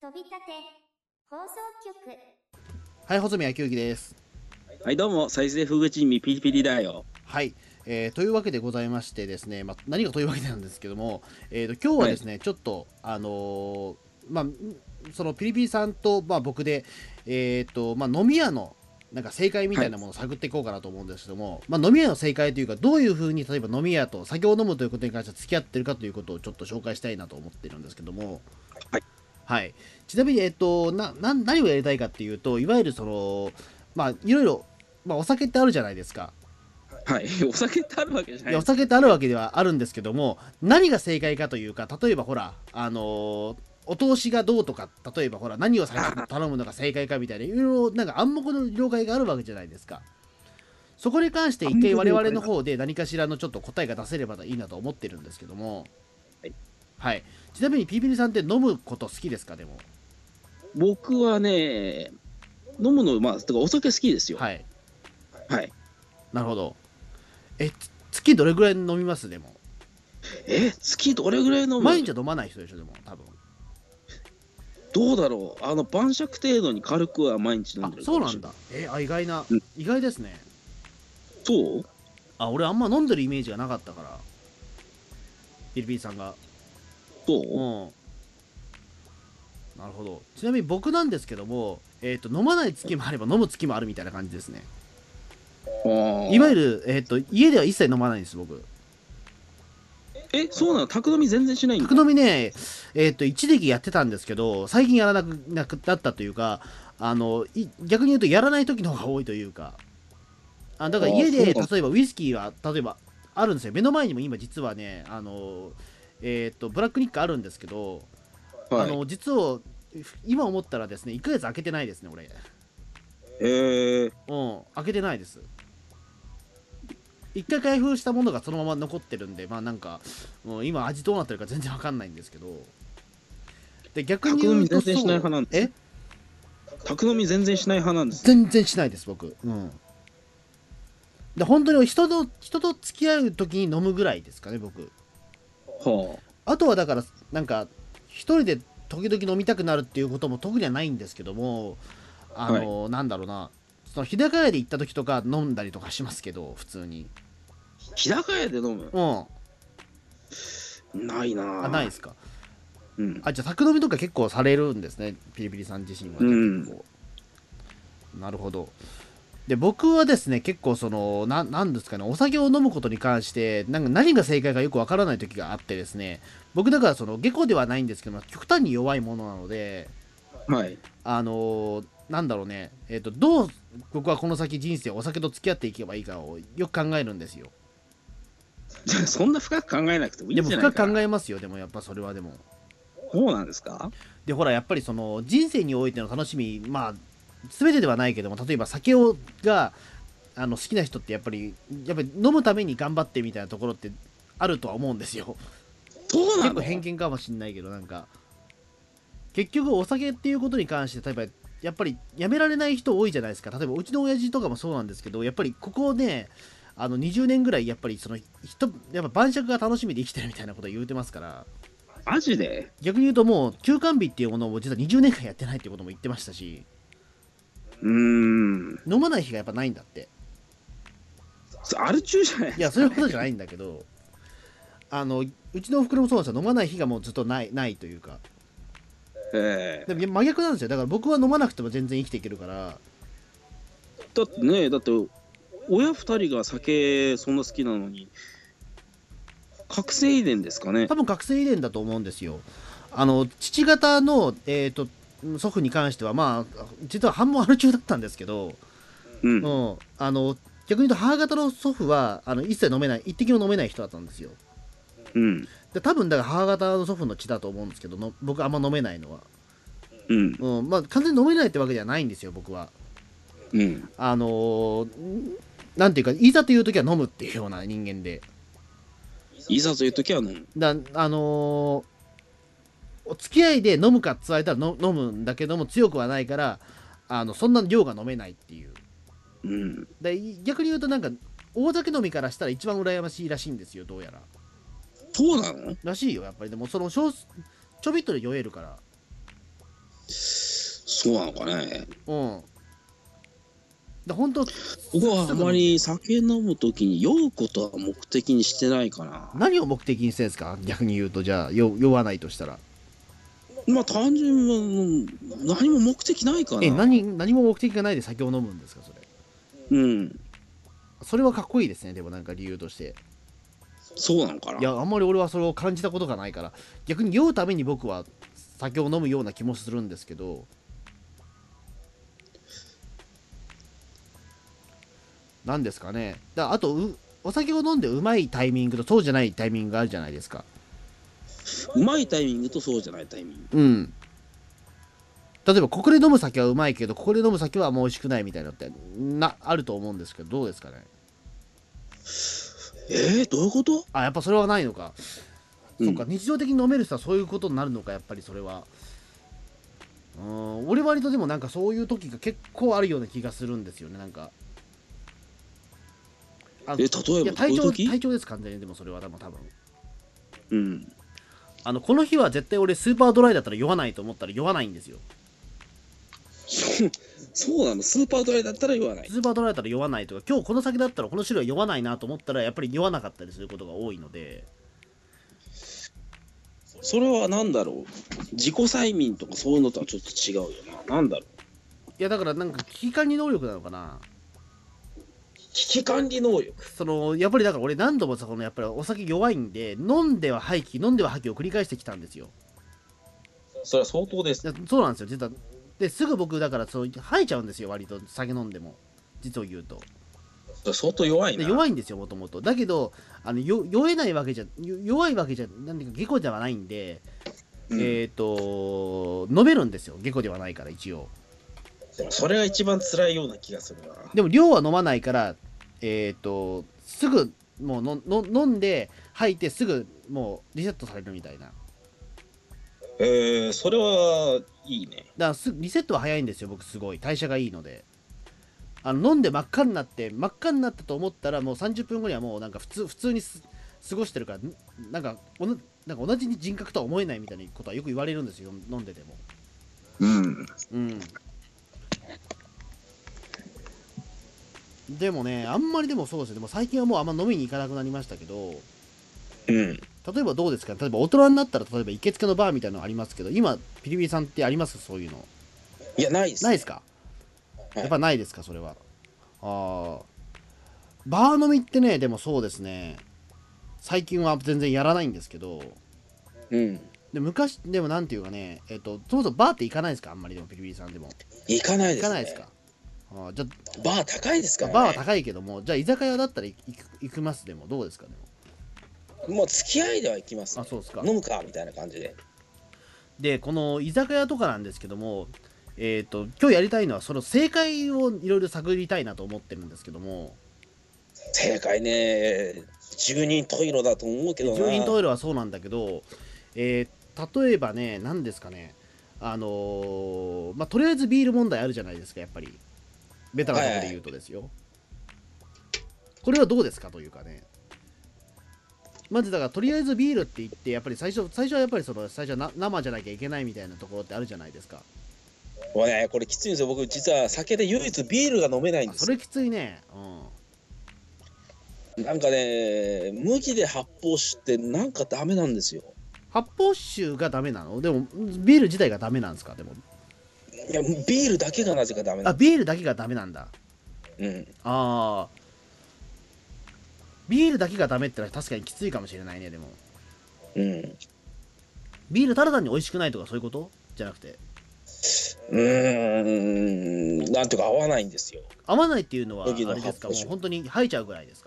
飛び立て放送局はい、穂積明之です。はい、どうも、再生フグチンミピリピリだよ。はい、えーというわけでございましてですね、まあ、何がというわけなんですけども、えー、と今日はですね、ちょっと、あのーまあ、んそのピリピリさんと、まあ、僕で、えーとまあ、飲み屋のなんか正解みたいなものを探っていこうかなと思うんですけども、まあ、飲み屋の正解というか、どういうふうに例えば飲み屋と酒を飲むということに関して付き合ってるかということをちょっと紹介したいなと思ってるんですけども。はいはい、ちなみに、えっと、なな何をやりたいかっていうといわゆるそのまあいろいろ、まあ、お酒ってあるじゃないですかはい、お酒ってあるわけじゃないいやお酒ってあるわけではあるんですけども何が正解かというか例えばほらあのーお通しがどうとか例えばほら何を最初に頼むのが正解かみたいないろいろなんか暗黙の了解があるわけじゃないですかそこに関して一回暗我黙の了々解の方で何かしらのちょっと答えが出せればいいなと思ってるんですけどもはい、はい、ちなみにピーピリさんって飲むこと好きですかでも僕はね、飲むの、まあ、てかお酒好きですよ。はい。はいなるほどえつ月どれぐらい飲みますでもえ、月どれぐらい飲む毎日は飲まない人でしょでも多分どうだろうあの、晩酌程度に軽くは毎日飲んあでるかそうもなしれん。だえあ意外な、うん意外ですねそうあ俺あんま飲んでるイメージがなかったからピリピリさんがうんそうなるほどちなみに僕なんですけども、えー、と飲まない月もあれば飲む月もあるみたいな感じですねあーいわゆる、えー、と家では一切飲まないんです僕え、そうなの宅飲み全然しないんだ。宅飲みねえー、と一時期やってたんですけど最近やらなくなくなったというかあのい逆に言うとやらない時の方が多いというかあだからあー家でそうなん例えばウイスキーは例えばあるんですよ目の前にも今実はねあのえっ、とブラックニッカあるんですけどあはい。の実を今思ったらですね1ヶ月開けてないですね俺えー、うん開けてないです一回開封したものがそのまま残ってるんでまあなんか、うん、今味どうなってるか全然わかんないんですけどで逆に宅飲言みうと全然しない派なんですえね宅飲み全然しない派なんです。全然しないです僕うんで本当に人と人と付き合う時に飲むぐらいですかね僕はあとはだからなんか一人で時々飲みたくなるっていうことも特にはないんですけどもあの、なんだろうなその日高屋で行った時とか飲んだりとかしますけど普通にあ。日高屋で飲むうんないなぁあないですかうん。あじゃあ宅飲みとか結構されるんですねピリピリさん自身は、うん結構なるほどで僕はですね結構そのななんですかねお酒を飲むことに関してなんか何が正解かよくわからない時があってですね僕だからその下戸ではないんですけどまあ極端に弱いものなのではい。あのーなんだろうね、えっとどう僕はこの先人生お酒と付き合っていけばいいかをよく考えるんですよ。そんな深く考えなくてもいいでんもじゃない深かくな考えますよでもやっぱそれはでも。そうなんですかでほらやっぱりその人生においての楽しみまあ全てではないけども例えば酒をがあの好きな人ってやっぱりやっぱり飲むために頑張ってみたいなところってあるとは思うんですよ。そうな結の構偏見かもしんないけどなんか結局お酒っていうことに関して例えばやっぱりやめられない人多いじゃないですか例えばうちの親父とかもそうなんですけどやっぱりここねあの20年ぐらいやっぱりその人やっぱ晩酌が楽しみで生きてるみたいなことを言うてますからマジで逆に言うともう休館日っていうものを実は20年間やってないっていうことも言ってましたしうーん。飲まない日がやっぱないんだってそアル中じゃないいやそういうことじゃないんだけど あのうちのおふくろもそうなんですよ飲まない日がもうずっとないないというかええでも真逆なんですよだから僕は飲まなくても全然生きていけるからだってね、だって、親二人が酒そんな好きなのに、覚醒遺伝ですかね多。分学生遺伝だと思うんですよ。あの父方の、えー、と祖父に関してはまあ実は半分アル中だったんですけど、う。うんん、あの逆に言うと母方の祖父はあの一切飲めない一滴も飲めない人だったんですよ。うん。で多分だから母方の祖父の血だと思うんですけどの僕あんま飲めないのは、うん。うん、まあ完全に飲めないってわけじゃないんですよ僕は。うん。あのーんなんていうかいざという時は飲むっていうような人間で。いざという時は飲む。だあのーお付き合いで飲むかっつわれたらの飲むんだけども強くはないからあのそんな量が飲めないっていううん。でい逆に言うとなんか大酒飲みからしたら一番羨ましいらしいんですよどうやらそうなのらしいよやっぱりでもその少数ちょびっとで酔えるからそうなのかねうんで本当僕はあまり酒飲む時に酔うことは目的にしてないかな何を目的にしてるんですか逆に言うとじゃあ酔酔わないとしたらまあ単純にうん何も目的ないかえな何何も目的がないで酒を飲むんですかそれうんそれはかっこいいですねでもなんか理由としてそうなのかないやあんまり俺はそれを感じたことがないから逆に酔うために僕は酒を飲むような気もするんですけどなんですかねだからあとうお酒を飲んでうまいタイミングとそうじゃないタイミングがあるじゃないですかうまいタイミングとそうじゃないタイミングうん例えばここで飲む酒はうまいけどここで飲む酒はもう美味しくないみたいなのってなあると思うんですけどどうですかねえー、どういうことあやっぱそれはないのか、うんそうか日常的に飲める人はそういうことになるのかやっぱりそれはうーん俺割とでもなんかそういう時が結構あるような気がするんですよねなんかあえ例えばいや体どういう調時体調です完全にでもそれは多分多分うんあのこの日は絶対俺スーパードライだったら酔わないと思ったら酔わないんですよそうそうなのスーパードライだったら言わないスーパードライだったら酔わないとか今日この先だったらこの種類は酔わないなと思ったらやっぱり酔わなかったりすることが多いのでそれは何だろう自己催眠とかそういうのとはちょっと違うよな何だろういやだからなんか危機管理能力なのかな危機管理能力そのやっぱりだから俺何度もさこのやっぱりお酒弱いんで飲んでは廃棄飲んでは廃棄を繰り返してきたんですよそれは相当ですだそうなんですよ実はですぐ僕だからそう吐いちゃうんですよ割と酒飲んでも実を言うと相当弱いで弱いんですよもともとだけどあのよ酔えないわけじゃよ弱いわけじゃ何ていうか下戸ではないんで、うんえっ、と飲めるんですよ下戸ではないから一応でもそれが一番辛いような気がするなでも量は飲まないから、えっ、と、すぐもうのの飲んで吐いてすぐもうリセットされるみたいな。だかえー、それはいいねらすリセットは早いんですよ、僕すごい。代謝がいいので。あの飲んで真っ赤になって、真っ赤になったと思ったらもう30分後にはもうなんか普通普通にす過ごしてるから、んなんかおななんか同じ人格とは思えないみたいなことはよく言われるんですよ、飲んでても。うんうん。でもね、あんまりでもそうですね、でも最近はもうあんま飲みに行かなくなりましたけど、うん例えばどうですか例えば大人になったら、例えば行きつけのバーみたいなのありますけど、今、ピリピリさんってありますそういうの。いやないですないですかいやっぱないですか、それは。ああ。バー飲みってね、でもそうですね、最近は全然やらないんですけど、うんで昔、でもなんていうかね、えっと、そもそもバーって行かないですかあんまりでも、ピリピリさんでも。行かないで行す、ね、かないですかああじゃあバー高いですから、ね、バーは高いけども、じゃあ居酒屋だったら行く行きますでも、どうですかね。もう付き合いでは行きます、あそうですか飲むかみたいな感じでで、この居酒屋とかなんですけども、えっ、と、今日やりたいのは、その正解をいろいろ探りたいなと思ってるんですけども、正解ね十人十色だと思うけどな住人トイレはそうなんだけど、えー例えばね、何ですかね、あのーまあ、とりあえずビール問題あるじゃないですか、やっぱり。ベタなところで言うとですよ。これはどうですかというかね。まずだからとりあえずビールって言ってやっぱり最初最初はやっぱりその最初はな生じゃなきゃいけないみたいなところってあるじゃないですかもうねこれきついんですよ僕実は酒で唯一ビールが飲めないんあですそよれきついねうんなんかね麦で発泡酒ってなんかダメなんですよ発泡酒がダメなのでもビール自体がダメなんですかでもいやビールだけがなぜかダメなあんでビールだけがダメなんだすうんああビールだけがダメってのは確かにきついかもしれないねでもうんビールただ単に美味しくないとかそういうことじゃなくてうーんなんとか合わないんですよ合わないっていうのはあ麦のれですかも発う泡酒本当に吐いちゃうぐらいです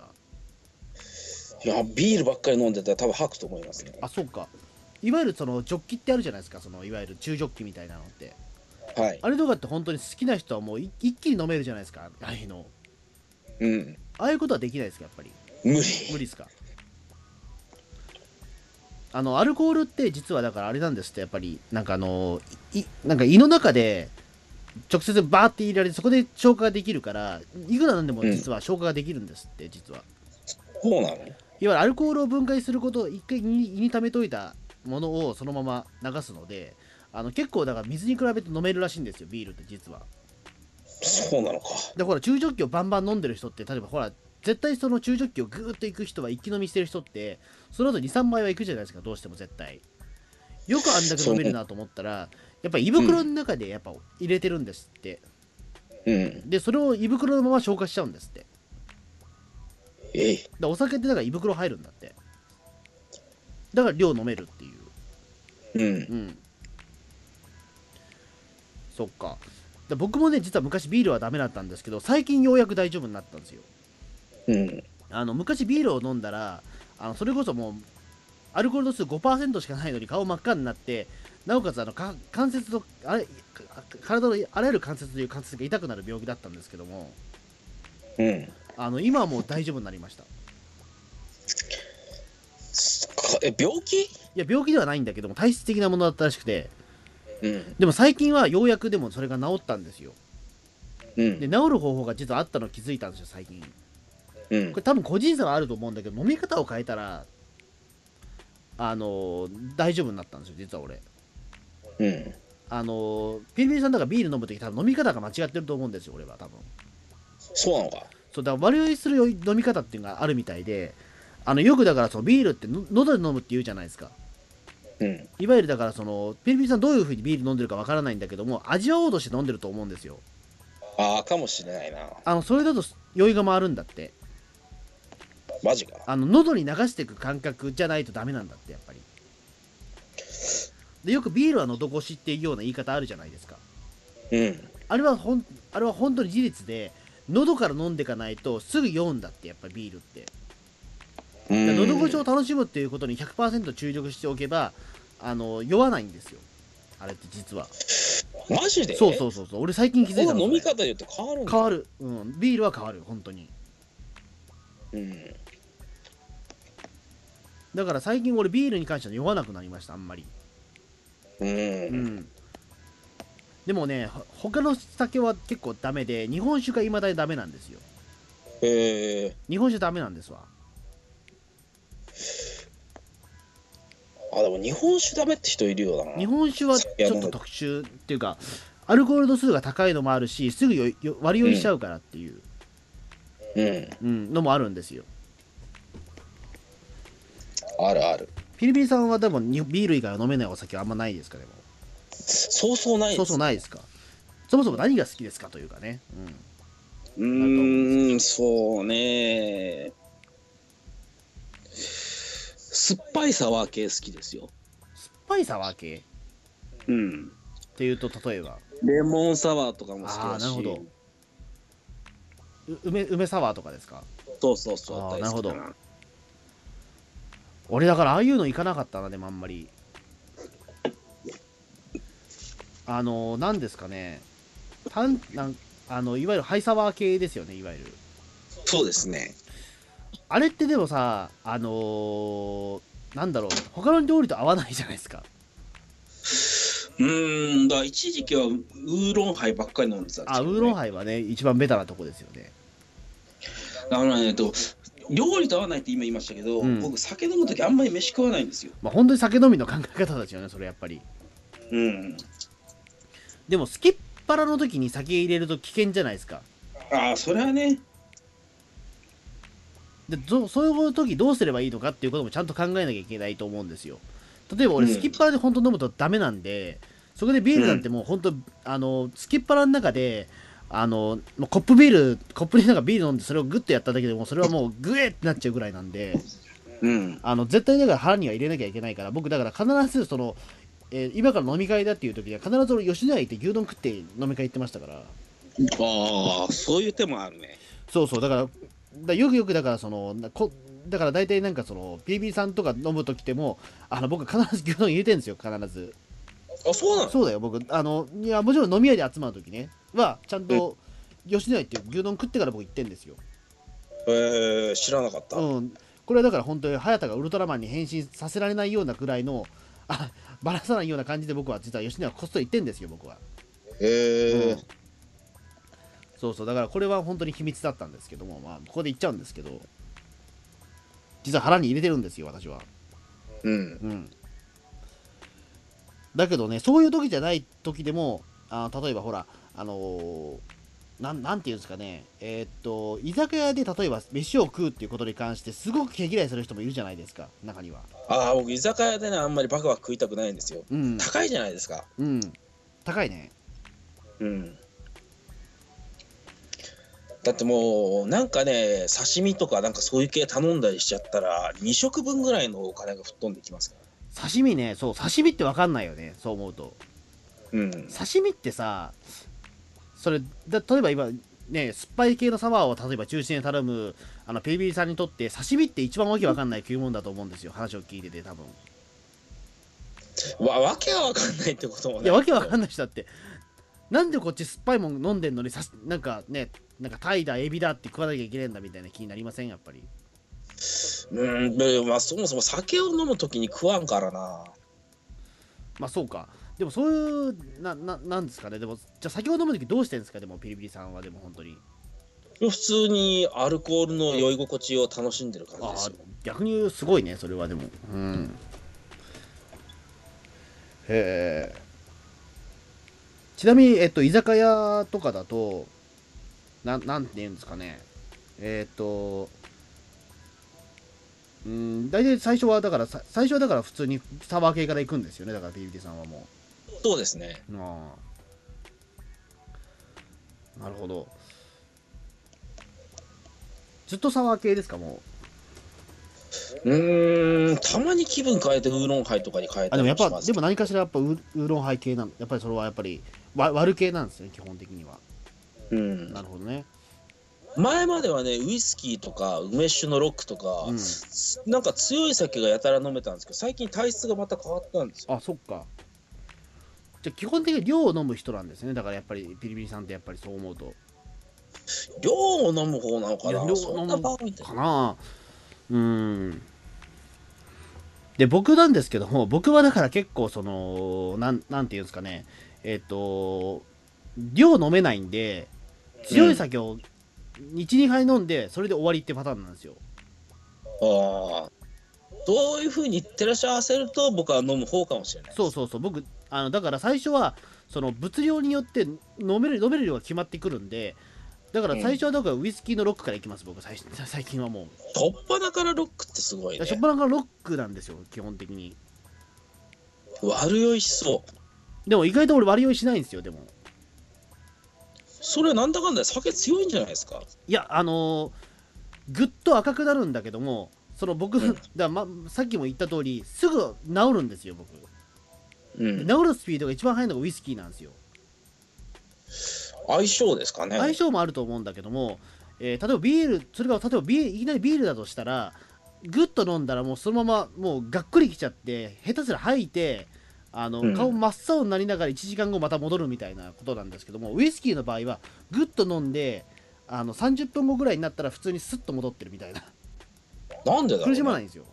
かいやビールばっかり飲んでたら多分吐くと思いますねあそうかいわゆるそのジョッキってあるじゃないですかそのいわゆる中ジョッキみたいなのってはいあれとかって本当に好きな人はもうい一気に飲めるじゃないですかああいうのうんああいうことはできないですかやっぱり無理無理ですかあのアルコールって実はだからあれなんですってやっぱりなんかあのいなんか胃の中で直接バーって入れられてそこで消化ができるからいくらなんでも実は消化ができるんですって、実はそうなのいわゆるアルコールを分解すること一回胃に胃に溜めといたものをそのまま流すのであの結構だから水に比べて飲めるらしいんですよビールって実はそうなのか。でほら中ジョッキをバンバン飲んでる人って例えばほら絶対その中ジョッキをグーッと行く人は一気飲みしてる人ってその後23杯は行くじゃないですかどうしても絶対よくあんだけ飲めるなと思ったらやっぱ胃袋の中でやっぱ入れてるんですって、うん。でそれを胃袋のまま消化しちゃうんですってだかえい。らお酒ってだから胃袋入るんだってだから量飲めるっていううん。うんそっかだ僕もね実は昔ビールはダメだったんですけど最近ようやく大丈夫になったんですようん。あの昔ビールを飲んだらあのそれこそもうアルコール度数5%しかないのに顔真っ赤になってなおかつあのか関節とあれか体のあらゆる関節という関節が痛くなる病気だったんですけどもうん。あの今はもう大丈夫になりましたいすかえ、病気や病気ではないんだけども体質的なものだったらしくてうん。でも最近はようやくでもそれが治ったんですようでん。治る方法が実はあったの気づいたんですよ最近うんこれ。多分個人差はあると思うんだけど揉み方を変えたらあの大丈夫になったんですよ実は俺うん。あのピリピリさんだからビール飲むとき多分飲み方が間違ってると思うんですよ俺は多分そうなのか。そうだから悪酔いする酔い飲み方っていうのがあるみたいであのよくだからそのビールっての喉で飲むって言うじゃないですかうん。いわゆるだからそのピリピリさんどういうふうにビール飲んでるかわからないんだけども味わおうとして飲んでると思うんですよああ、かもしれないな。あのそれだと酔いが回るんだってマジか。あの喉に流していく感覚じゃないとダメなんだってやっぱりでよくビールは喉越しっていうような言い方あるじゃないですかうん。あれはほんあれは本当に事実で喉から飲んでいかないとすぐ酔うんだってやっぱりビールってうんだから喉越しを楽しむっていうことに100%注力しておけばあの酔わないんですよあれって実はマジでそうそうそうそう俺最近気づいたこのの飲みそれ方によって変わるんだ。変わる、うん、ビールは変わる本当にうん。だから最近俺ビールに関しては酔わなくなりましたあんまりう。うんんでもねほ他の酒は結構ダメで日本酒がいまだにダメなんですよえー、日本酒ダメなんですわあ、でも日本酒ダメって人いるよな。日本酒はちょっと特殊っていうかアルコール度数が高いのもあるしすぐよよ割り酔いしちゃうからっていう、うん。うん、のもあるんですよあるある。ピリピリさんはでもにビール以外は飲めないお酒はあんまないですかでもそうそうないですそうそうないですかそもそも何が好きですかというかね、うん、うーん、そうね。酸っぱいサワー系好きですよ。酸っぱいサワー系っうん。ていうと例えばレモンサワーとかも好きあだあし。なるほどう梅梅サワーとかですかそうそうそう。あー大好きだな俺だからああいうの行かなかったなでもあんまりあの何ですかねたんなんあのいわゆるハイサワー系ですよねいわゆるそうですね。あれってでもさあのーなんだろう他の料理と合わないじゃないですかうーん、だから一時期はウーロンハイばっかり飲んでたんですあけどねウーロンハイはね一番ベタなとこですよねあのね、えっと、料理と合わないって今言いましたけど、うん僕、酒飲むときあんまり飯食わないんですよ。まあ本当に酒飲みの考え方ですよねそれやっぱりうん。でもすきっ腹の時に酒入れると危険じゃないですかああ、それはね、でどそういう時どうすればいいのかっていうこともちゃんと考えなきゃいけないと思うんですよ例えば俺うんすきっ腹で本当飲むとダメなんで、そこでビールなんてもう本当、あのすきっ腹の中であのもうコップビールコップになんかビール飲んでそれをグッとやっただけでもうそれはもうグエーってなっちゃうぐらいなんでうん。あの絶対だから腹には入れなきゃいけないから僕だから必ずその、えー今から飲み会だっていう時には必ず俺吉野家行って牛丼食って飲み会行ってましたからああ、そういう手もあるね。そうそうだからだからよくよくだからそのなこだから大体なんかその PB さんとか飲む時でもあの僕必ず牛丼入れてるんですよ必ずあ、そうなのそうだよ僕あのいやもちろん飲み屋で集まる時ねはちゃんと吉野家行って牛丼食ってから僕行ってんですよえー、知らなかった。うんこれはだから本当に早田がウルトラマンに変身させられないようなくらいのあバラさないような感じで僕は実は吉野家こっそり行ってんですよ僕はえうんそうそうだからこれは本当に秘密だったんですけどもまあここで言っちゃうんですけど実は腹に入れてるんですよ私はうん。うんだけどね、そういう時じゃない時でも、あ例えばほら、あのーなん、なんていうんですかね、えーっと、居酒屋で例えば飯を食うっていうことに関して、すごく毛嫌いする人もいるじゃないですか、中には。ああ、僕、居酒屋でね、あんまりバクバク食いたくないんですよ。うん、高いじゃないですか。うん、高いね。うん。だってもう、なんかね、刺身とかなんかそういう系頼んだりしちゃったら、2食分ぐらいのお金が吹っ飛んできますから。刺身ね、そう、刺身って分かんないよね、そう思うと。うん。刺身ってさ、それ、だ例えば今、ね、酸っぱい系のサワーを例えば中心に頼むあのペイビーさんにとって刺身って一番わけわかんない食い物だと思うんですよ話を聞いてて多分わ、わけがわかんないってこともね。いや、わけわかんない人だって。なんでこっち酸っぱいもん飲んでんのにさし、なんかね、なんかタイだ、エビだって食わなきゃいけないんだみたいな気になりませんやっぱり。うん、でまあ、そもそも酒を飲むときに食わんからな。まあそうか。でもそういう、な、ななんですかね。でも、じゃあ酒を飲むときどうしてるんですかでも、ピリピリさんはでも本当に。普通にアルコールの酔い心地を楽しんでる感じあですあよ。、逆にすごいね、それはでも。うん。へえ。ちなみに、えっと、居酒屋とかだと、なん、なんて言うんですかね。えっと、うん、大体最初は、だから、さ最初はだから普通にサワー系から行くんですよね。だから、ビビテさんはもそうですね。う。ああ。なるほど。ずっとサワー系ですか、もう。うーん、たまに気分変えてウーロンハイとかに変えあたでりもやもっぱしますでも何かしらやっぱウウーロンハイ系なのやっぱりそれはやっぱりわ割る系なんですね基本的にはうんなるほどね前まではねウイスキーとか梅酒のロックとか、うんなんか強い酒がやたら飲めたんですけど最近体質がまた変わったんですよあそっかじゃあ基本的に量を飲む人なんですねだからやっぱりピリピリさんってやっぱりそう思うと量を飲む方なのかいやな量をそ飲んむなバーみたいかななうーんで僕なんですけども僕はだから結構そのなんなんていうんですかねえっ、と量飲めないんで強い酒を12杯飲んでそれで終わりってパターンなんですよああそういうふうに言ってらっしゃせると僕は飲む方かもしれないそうそうそう僕あのだから最初はその物量によって飲める飲める量が決まってくるんでだから最初はだからウイスキーのロックからいきます僕最初 最近はもう突っ端からロックってすごいね初っ端からロックなんですよ基本的に悪酔いしそうでも意外と俺割り酔いしないんですよでもそれなんだかんだ酒強いんじゃないですかいやあのーぐっと赤くなるんだけどもその僕、うん だ、ま、さっきも言った通りすぐ治るんですよ僕うん治るスピードが一番速いのがウイスキーなんですよ相性ですかね相性もあると思うんだけども、えー例えばビールそれが例えばビールいきなりビールだとしたらグッと飲んだらもうそのままもうがっくりきちゃって下手すら吐いてあの、うん顔真っ青になりながら1時間後また戻るみたいなことなんですけどもウイスキーの場合はグッと飲んであの30分後ぐらいになったら普通にスッと戻ってるみたいななんでだろ苦うしまね、ないんですよ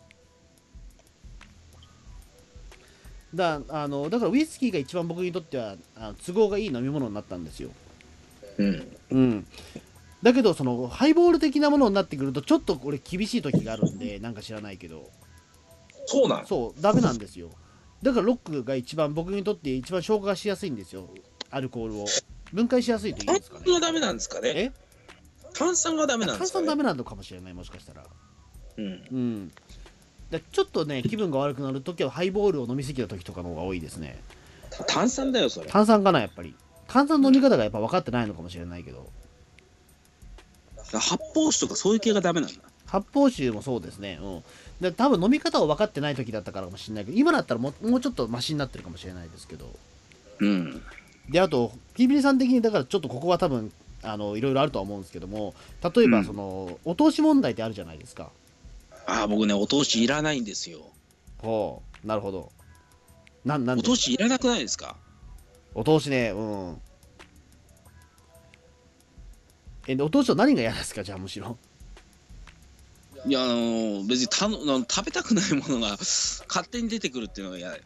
だあのだからウイスキーが一番僕にとってはあの都合がいい飲み物になったんですようんうん、だけどそのハイボール的なものになってくるとちょっとこれ厳しい時があるんでなんか知らないけどそうなんそうダメなんですよだからロックが一番僕にとって一番消化しやすいんですよアルコールを分解しやすいと言うん炭ですか酸ねがダメなんですかねえ炭酸がダメなんで炭すか酸ねダメなのかもしれないもしかしたらうんうんだちょっとね気分が悪くなるときはハイボールを飲みすぎた時とかの方が多いですね炭酸だよそれ炭酸かなやっぱり炭酸の飲み方がやっぱ分かってないのかもしれないけど発泡酒とかそういう系がダメなんだ発泡酒もそうですね、うん、で多分飲み方を分かってない時だったからかもしれないけど今だったらもうもうちょっとマシになってるかもしれないですけどうんであとピリピリさん的にだからちょっとここは多分あのいろいろあるとは思うんですけども例えうばんその、お通し問題ってあるじゃないですかああ僕ねお通しいらないんですよほうなるほどなんなんおで通しいらなくないですかお通しねうんえでお通しは何が嫌ですかじゃあむしろいやあのー別にたのあの食べたくないものが勝手に出てくるっていうのが嫌だよ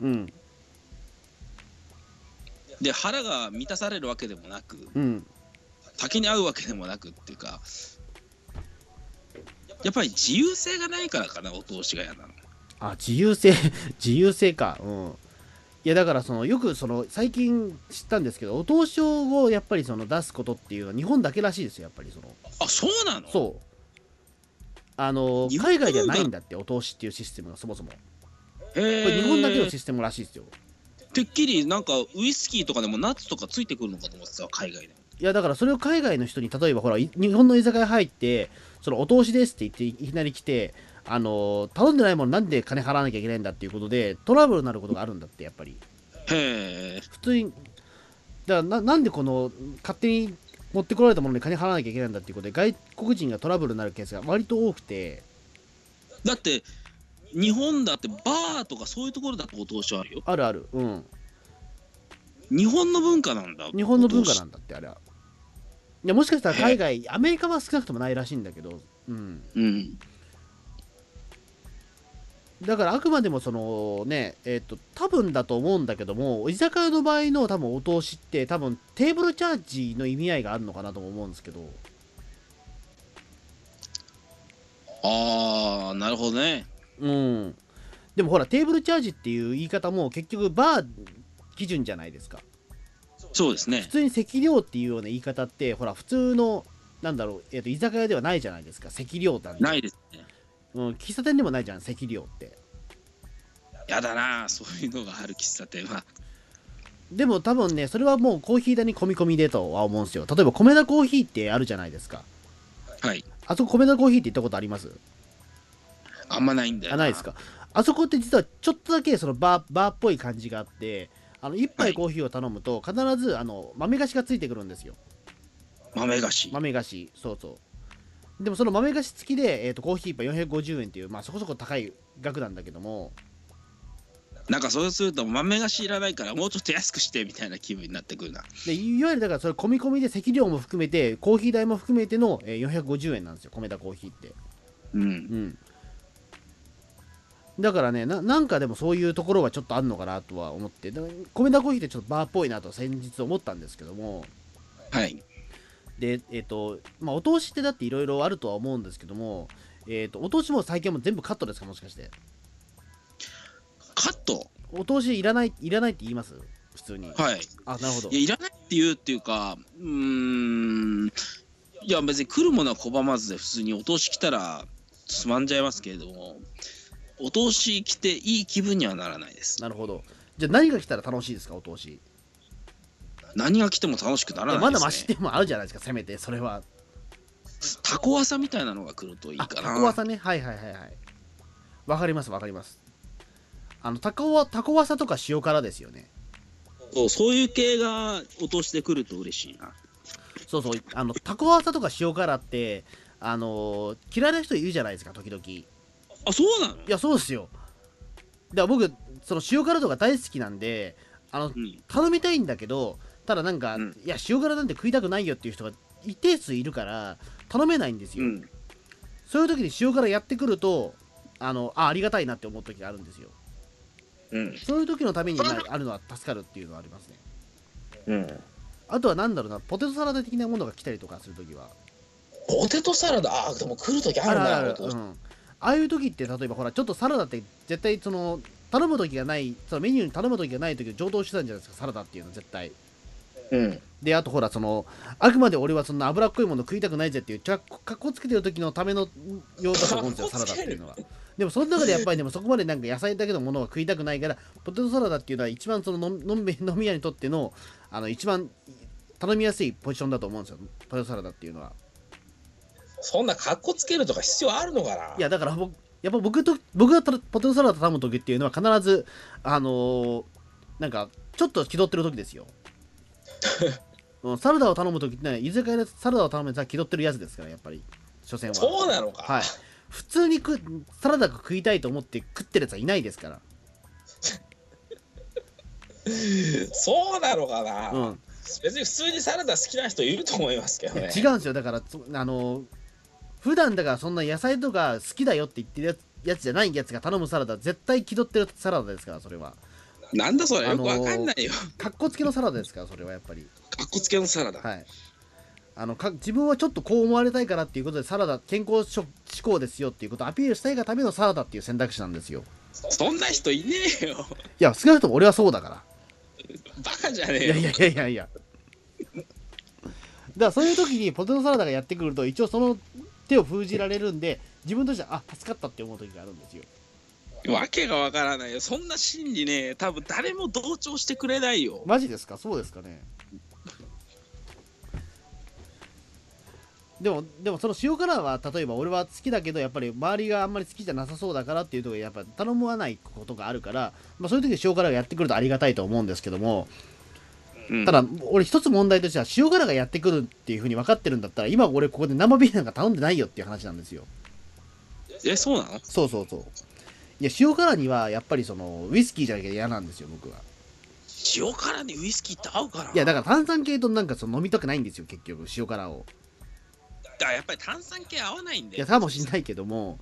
うんで腹が満たされるわけでもなくうん先に合うわけでもなくっていうかやっぱり 自由性がないからかなお通しが嫌なのあ自由性自由性かうんいやだからそのよくその最近知ったんですけどお通しをやっぱりその出すことっていうのは日本だけらしいですよやっぱりそのあそうなのそうあの日本海外ではないんだってお通しっていうシステムがそもそもこへれー日本だけのシステムらしいですよてっきりなんかウイスキーとかでもナッツとかついてくるのかと思ってたわ海外でいやだからそれを海外の人に例えばほらい日本の居酒屋入ってそのお通しですって言っていきなり来てあの頼んでないものなんで金払わなきゃいけないんだっていうことでトラブルになることがあるんだってやっぱりへえ普通にだからななんでこの勝手に持ってこられたものに金払わなきゃいけないんだっていうことで外国人がトラブルになるケースが割と多くてだって日本だってバーとかそういうところだとお通しはあるよあるあるうん日本の文化なんだ日本の文化おなんだってあれはいやもしかしたら海外アメリカは少なくともないらしいんだけどうん通しうんだからあくまでもそのねえっ、と多分だと思うんだけども居酒屋の場合の多分お通しって多分テーブルチャージの意味合いがあるのかなとも思うんですけどああなるほどねうんでもほらテーブルチャージっていう言い方も結局バー基準じゃないですかそうですね普通に席料っていうような言い方ってほら普通のなんだろう、えっと居酒屋ではないじゃないですか席料なんてないですねうん、喫茶店でもないじゃん席料ってやだなそういうのがある喫茶店はでも多分ねそれはもうコーヒー代に込み込みでとは思うんですよ例えば米田コーヒーってあるじゃないですかはいあそこ米田コーヒーって行ったことありますあんまないんだよあないですかあそこって実はちょっとだけそのバーバーっぽい感じがあってあの1杯コーヒーを頼むと必ずあの豆菓子がついてくるんですよ豆菓子豆菓子そうそうでもその豆菓子付きで、えー、とコーヒー一杯450円っていう、まあ、そこそこ高い額なんだけどもなんかそうすると豆菓子いらないからもうちょっと安くしてみたいな気分になってくるなでいわゆるだからそれ込み込みで席料も含めてコーヒー代も含めての、えー450円なんですよ米田コーヒーってうんうんだからねななんかでもそういうところはちょっとあんのかなとは思ってだから米田コーヒーってちょっとバーっぽいなと先日思ったんですけどもはいでえっ、とまあお通しってだっていろいろあるとは思うんですけどもえっ、とお通しも最近はもう全部カットですかもしかしてカットお通しいらないいらないって言います普通に、はいあなるほどいやいらないっていうっていうかうーんいや別に来るものは拒まずで普通にお通し来たらつまんじゃいますけれどもお通し来ていい気分にはならないですなるほどじゃあ何が来たら楽しいですかお通し、何が来ても楽しくないらなやいです、ね、まだマシってもあるじゃないですかせめてそれはタコワサみたいなのが来るといいあかタなコワサねはいはいはいはいわかりますわかりますあのタコワタコワサとか塩辛ですよねそうそういう系がお通しで来ると嬉しいなそうそうあのタコワサとか塩辛ってあのー嫌いな人いるじゃないですか時々いあそうなのやそうですよだから僕その塩辛とか大好きなんであのうん頼みたいんだけどただなんか、うんいや塩辛なんて食いたくないよっていう人が一定数いるから頼めないんですうよ、んそういう時に塩辛やってくるとあのあありがたいなって思う時があるんですようんそういう時のために、まあ、あるのは助かるっていうのはありますねうんあとはなんだろうなポテトサラダ的なものが来たりとかする時はポテトサラダあでも来るときあるなお通うしん、ああいう時って例えばほらちょっとサラダって絶対その頼む時がないそのメニューに頼む時がない時を上等手段じゃないですかサラダっていうのは絶対うんであとほらそのあくまで俺はそんな脂っこいもの食いたくないぜっていうちゃかっこつけてる時のための用だと思うんですよかサっラダっこつけているうのはでもその中でやっぱりでもそこまでなんか野菜だけのものは食いたくないからポテトサラダっていうのは一番そののんのんべ飲み屋にとってのあの一番頼みやすいポジションだと思うんですよポテトサラダっていうのはそんな格好つけるとか必要あるのかないやだから僕やっぱ僕と僕がたポテトサラダ頼む時っていうのは必ずあのーなんかちょっと気取ってる時 ですようんサラダを頼む時ってね居酒屋でサラダを頼むやつは気取ってるやつですからやっぱり所詮はそうなのか、はい普通に食うサラダが食いたいと思って食ってるやつはいないですかそうなのかな、ら、うん、別に普通にサラダ好きな人いると思いますけどね違うんですよだからそあのー普段だからそんな野菜とか好きだよって言ってるやつやつじゃないやつが頼むサラダ絶対気取ってるサラダですからそれはなんだそれあよのくーわかんないよかっこつけのサラダですからそれはやっぱりかっこつけのサラダ、はい、あのか自分はちょっとこう思われたいからっていうことでサラダ健康食志向ですよっていうことをアピールしたいがためのサラダっていう選択肢なんですよそんな人いねえよ。 いや、少なくとも俺はそうだかバカじゃねら。えいや。よいやいやいやいや。だからそういう時にポテトサラダがやってくると、一応その手を封じられるんで、自分としては、あ、助かったって思う時があるんですよ。わけがわからないよ。そんな心理ね、多分誰も同調してくれないよ。マジですかそうですかね。でも、でもその塩辛は、例えば俺は好きだけど、やっぱり周りがあんまり好きじゃなさそうだからっていうところやっぱ頼まないことがあるから、まあそういう時に塩辛がやってくるとありがたいと思うんですけども、うんただ、俺一つ問題としては、塩辛がやってくるっていうふうに分かってるんだったら、今俺ここで生ビールなんか頼んでないよっていう話なんですよ。え、そうなのそうそうそう。いや、塩辛には、やっぱりその、ウイスキーじゃなきゃ嫌なんですよ、僕は。塩辛にウイスキーって合うから。いや、だから炭酸系となんかその飲みたくないんですよ、結局、塩辛を。だからやっぱり炭酸系合わないんだいや、よ。かもしんないけども、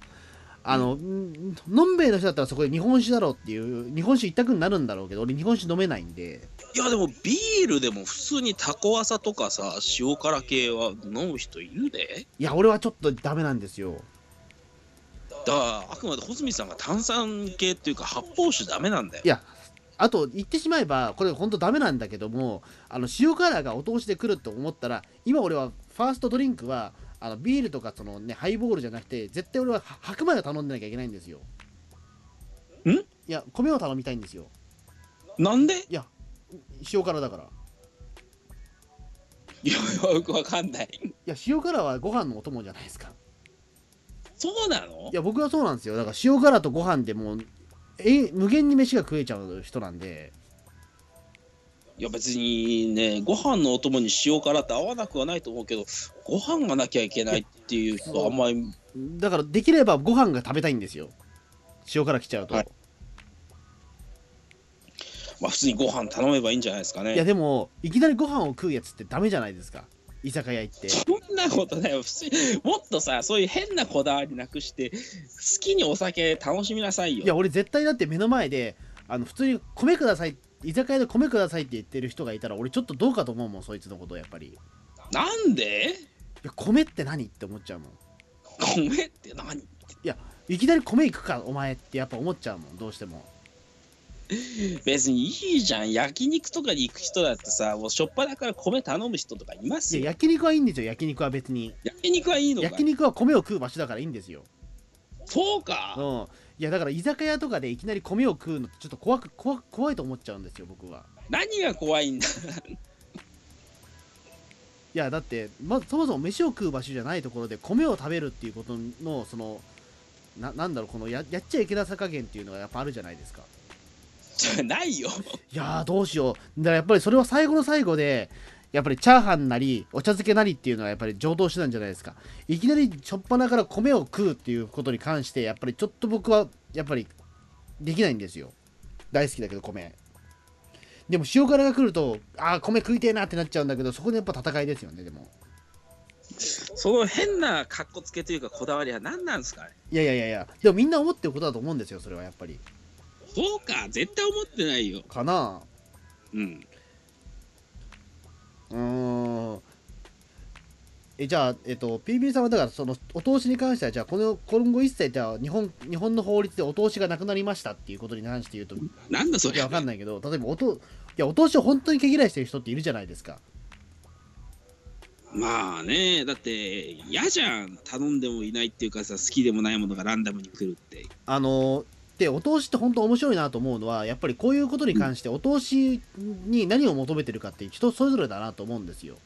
あの、んのんべえの人だったらそこで日本酒だろうっていう、日本酒一択になるんだろうけど、俺日本酒飲めないんで、いや、でもビールでも普通にタコワサとかさ、塩辛系は飲む人いるで。いや、俺はちょっとダメなんですよ。だから、あくまで穂積さんが炭酸系っていうか発泡酒ダメなんだよい。やあと言ってしまえばこれ本当ダメなんだけどもあの塩辛がお通しで来ると思ったら今俺はファーストドリンクはあのビールとかそのねハイボールじゃなくて絶対俺はは白米を頼んでなきゃいけないんですよんいや米を頼みたいんですよなんで いや塩辛だからいや、よくわかんない。いや塩辛はご飯のお供じゃないですかそうなのいや僕はそうなんですよだから塩辛とご飯でもうえ無限に飯が食えちゃう人なんでいや別にねご飯のお供に塩辛って合わなくはないと思うけどご飯がなきゃいけないっていう人はあんまりだからできればご飯が食べたいんですよ塩辛来ちゃうと、はいまあ普通にご飯頼めばいいんじゃないですかいやねでもいきなりご飯を食うやつってダメじゃないですか居酒屋行ってそんなことないよ普通にもっとさそういう変なこだわりなくして好きにお酒楽しみなさいよいや俺絶対だって目の前であの普通に米ください居酒屋で米くださいって言ってる人がいたら俺ちょっとどうかと思うもんそいつのことやっぱりいなんでや米って何って思っちゃうもん米って何いきなり米行くかお前ってやっぱ思っちゃうもんどうしても別にいいじゃん焼肉とかに行く人だってさもうしょっぱだから米頼む人とかいますいやよ焼肉はいいんですよ焼肉は別に焼肉はいいのか焼肉は米を食う場所だからいいんですよそううかんいやだから居酒屋とかでいきなり米を食うのってちょっと怖く怖く怖いと思っちゃうんですよ僕は何が怖いんだいやだって、ま、そもそも飯を食う場所じゃないところで米を食べるっていうことのそのななんだろうこのややっちゃいけなさ加減っていうのがやっぱあるじゃないですかじゃないよいやーどうしようだからやっぱりそれは最後の最後でやっぱりチャーハンなりお茶漬けなりっていうのはやっぱり上等手段じゃないですかいきなりしょっぱなから米を食うっていうことに関してやっぱりちょっと僕はやっぱりできないんですよ大好きだけど米でも塩辛が来るとああ米食いてえなってなっちゃうんだけどそこでやっぱ戦いですよねでもその変な格好つけというかこだわりは何なんですかねいやいやいやいや、でもみんな思ってることだと思うんですよ、それはやっぱり。そうか絶対思ってないよかなうんうーん。え、じゃあ、えっと、PB さんはだから、その、お通しに関しては、じゃあ、この、今後一切、じゃあ、日本、日本の法律でお通しがなくなりましたっていうことに関して言うと、いなんだそれや、わかんないけど、例えば、おと、いや、お通しを本当に毛嫌いしてる人っているじゃないですか。まあねだって嫌じゃん頼んでもいないっていうかさ好きでもないものがランダムに来るってあのでお通しって本当面白いなと思うのはやっぱりこういうことに関してお通しに何を求めてるかって人それぞれだなと思うんですよ。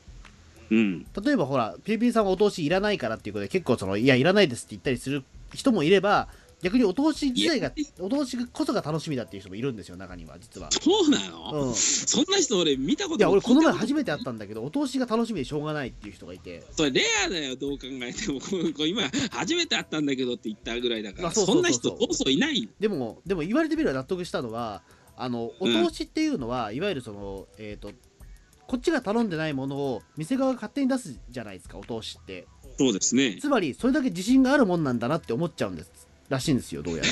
うん例えばほら、ピーピーさんはお通しいらないからっていうことで、結構その、いや、いらないですって言ったりする人もいれば、逆にお通し自体が、お通しこそが楽しみだっていう人もいるんですよ、中には、実は。そうなの、うん。いそんな人俺見たことや、俺、この前初めてめて会ったんだけど、お通しが楽しみでしょうがないっていう人がいて、それレアだよどう考えても こうこう今初めて会ったんだけどって言ったぐらいだからあそうそうそんなそう人そうそうそういないでも、でも言われてみれば納得したのは、あの、おうん通しっていうのは、いわゆるその、えっ、と、こっちが頼んでないものを店側が勝手に出すじゃないですか、お通しって。そうですねつまりそれだけ自信があるもんなんだなって思っちゃうんですらしいんですよどうやら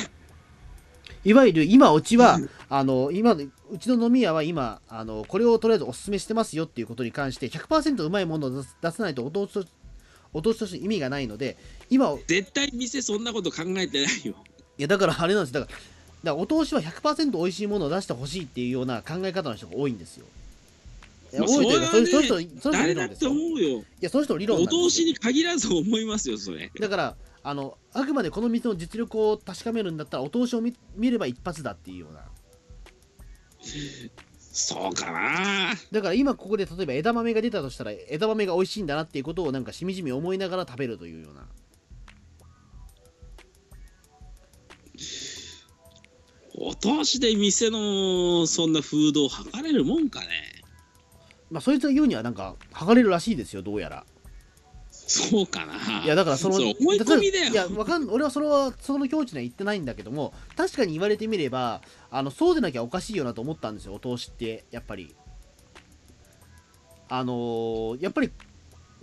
いわゆる今うちはあの今のうちの飲み屋は今あのこれをとりあえずおすすめしてますよっていうことに関して100%うまいものを出す出さないとお通しとお通しとして意味がないので今をい絶対店そんなこと考えてないよやだからあれなんですだからだからお通しは100%美味しいものを出してほしいっていうような考え方の人が多いんですよ。いやまあ多いというか、それはねそういうそういう人、そういう人の誰理だ論っですてよ。思いうよ。や、そういう人の理論なんおですよ通しに限らず思いますよ、それ。だからあのあくまでこの店の実力を確かめるんだったらお通しを見見れば一発だっていうようなそうかな。だから今ここで例えば枝豆が出たとしたら枝豆が美味しいんだなっていうことをなんかしみじみ思いながら食べるというようなお通しで店のそんなフードを測れるもんかね。まあそいつが言うにはなんか剥がれるらしいですよどうやらそうかな。いやだからそのう思い込みだいやよ。わかん俺はそれはその境地には行ってないんだけども確かに言われてみればあのそうでなきゃおかしいよなと思ったんですよお通しってやっぱりあのーやっぱり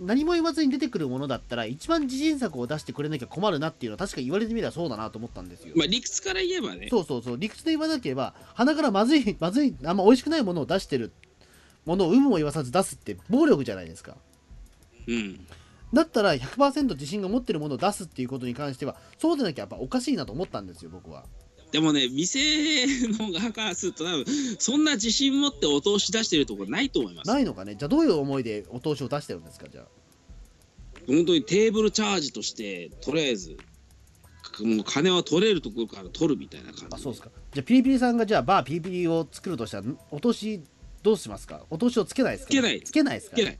何も言わずに出てくるものだったら一番自信作を出してくれなきゃ困るなっていうのは確かに言われてみればそうだなと思ったんですよ、まあ理屈から言えばね。そうそうそう理屈で言わなければ鼻からまずいまずいあんま美味しくないものを出してるものを有無も言わさず出すって暴力じゃないですかうん。だったら100%自信が持ってるものを出すっていうことに関してはそうでなきゃやっぱおかしいなと思ったんですよ僕はでもね、店の側からすると多分、そんな自信持ってお通し出してるところないと思います。ないのかねじゃあどういう思いでお通しを出してるんですかじゃあ本当にテーブルチャージとして、とりあえず、もう金は取れるところから取るみたいな感じ。あそうですかじゃあピリピリさんがじゃあバーピリピリを作るとしたらお通しどうしますかお通しをつけないですかつけないつけないですいかけない。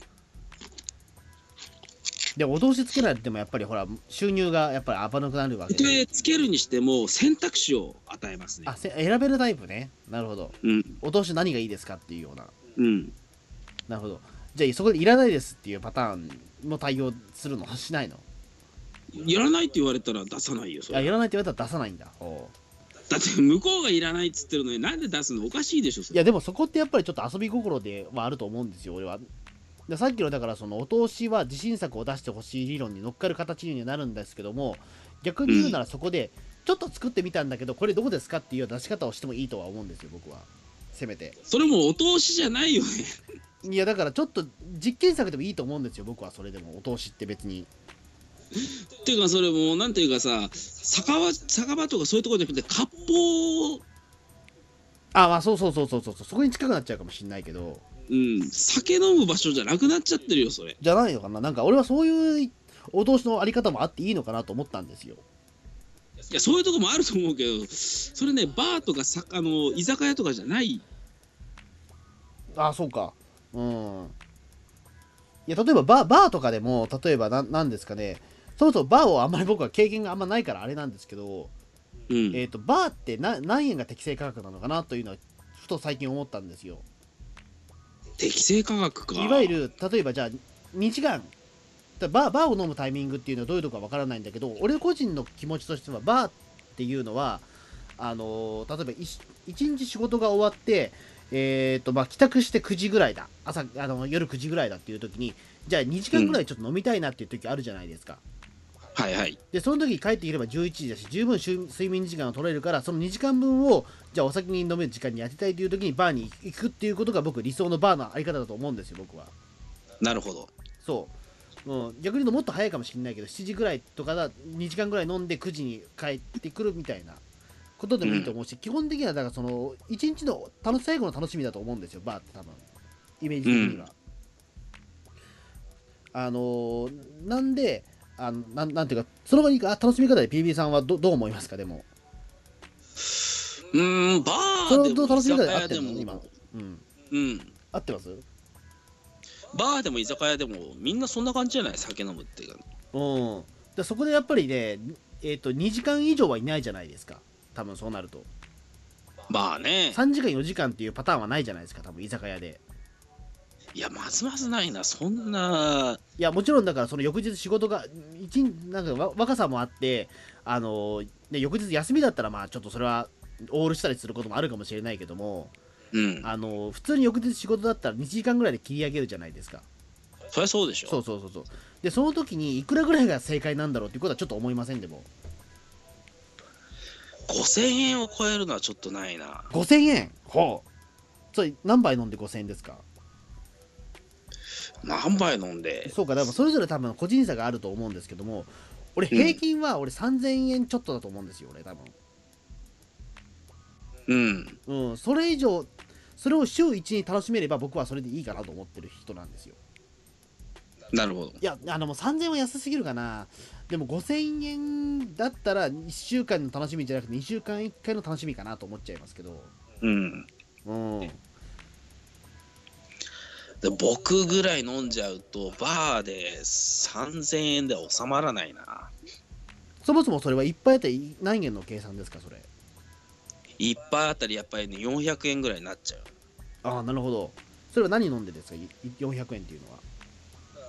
でお通しつけないってもやっぱりほら収入がやっぱり暴なくなるわけでで、つけるにしても選択肢を与えますねあ。せ選べるタイプねなるほどうん。お通し何がいいですかっていうようなうん。なるほどじゃあそこでいらないですっていうパターンも対応するのしないのいらないって言われたら出さないよ、そあいれ。らないって言われたら出さないんだおうだって向こうがいらないっつってるのになんで出すのおかしいでしょ、そいれ。やでもそこってやっぱりちょっと遊び心ではあると思うんですよ俺はでさっきのだからそのお通しは自信作を出してほしい理論に乗っかる形になるんですけども逆に言うならそこでちょっと作ってみたんだけどこれどうですかっていうような出し方をしてもいいとは思うんですよ僕はせめてそれもお通しじゃないよね。いやだからちょっと実験作でもいいと思うんですよ僕はそれでもお通しって別にっていうかそれもうなんていうかさ酒場酒場とかそういうところじゃなくて割烹あまあそうそうそうそうそうそこに近くなっちゃうかもしんないけどうん酒飲む場所じゃなくなっちゃってるよそれじゃないのかななんか俺はそういうお通しのあり方もあっていいのかなと思ったんですよいやそういうとこもあると思うけどそれねバーとかさあの居酒屋とかじゃないあそうかうんいや例えばバーバーとかでも例えばななんですかねそもそもバーをあんまり僕は経験があんまないからあれなんですけど、うんえー、とバーってな何円が適正価格なのかなというのはふと最近思ったんですよ適正価格かいわゆる例えばじゃあ2時間だバーバーを飲むタイミングっていうのはどういうとこかわからないんだけど俺個人の気持ちとしてはバーっていうのはあのー例えば一一日仕事が終わって、えーとまあ、帰宅して9時ぐらいだ朝あの夜9時ぐらいだっていう時にじゃあ2時間ぐらいちょっと飲みたいなっていう時あるじゃないですか、はいはいでその時に帰っていれば11時だし十分睡睡眠時間を取れるからその2時間分をじゃあお酒に飲める時間に当てたいという時にバーに行くっていうことが僕理想のバーのあり方だと思うんですよ僕は。なるほどそう、うん、逆に言うともっと早いかもしれないけど7時ぐらいとかだ2時間ぐらい飲んで9時に帰ってくるみたいなことでもいいと思うし、基本的にはだからその一日の楽し最後の楽しみだと思うんですよバーって多分イメージ的には、あのーなんであのなんなんていうかその場に行くあ楽しみ方で PB さんはどどう思いますかでも、うーんバそれーはでどうも楽居しみ方酒で合屋ってでるのも今うん、うん合ってますバーでも居酒屋でもみんなそんな感じじゃない酒飲むっていうかうん、でそこでやっぱりね、えー、と2時間以上はいないじゃないですか多分そうなるとまあね3時間4時間っていうパターンはないじゃないですか多分居酒屋でいやますますないなそんないやもちろんだからその翌日仕事が一日なんかわ若さもあってあのーね、翌日休みだったらまあちょっとそれはオールしたりすることもあるかもしれないけどもうんあのー普通に翌日仕事だったら2時間ぐらいで切り上げるじゃないですかそりゃそうでしょそうそうそうそうでその時にいくらぐらいが正解なんだろうっていうことはちょっと思いませんでも5000円を超えるのはちょっとないな5000円ほうそれ何杯飲んで5000円ですか何杯飲んでそうか、だからそれぞれ多分個人差があると思うんですけども、俺、平均は俺3000円ちょっとだと思うんですよ、俺、多分。うん。うん、それ以上それを週1に楽しめれば僕はそれでいいかなと思ってる人なんですよなるほど。いやあのもう3000円は安すぎるかなでも5000円だったら1週間の楽しみじゃなくて2週間1回の楽しみかなと思っちゃいますけどうん。うんで僕ぐらい飲んじゃうと、バーで3000円で収まらないな。そもそもそれはいっぱいあって何円の計算ですかそれいっぱいあったり、やっぱりね、400円ぐらいになっちゃう。ああなるほどそれは何飲んでですかい400円っていうのは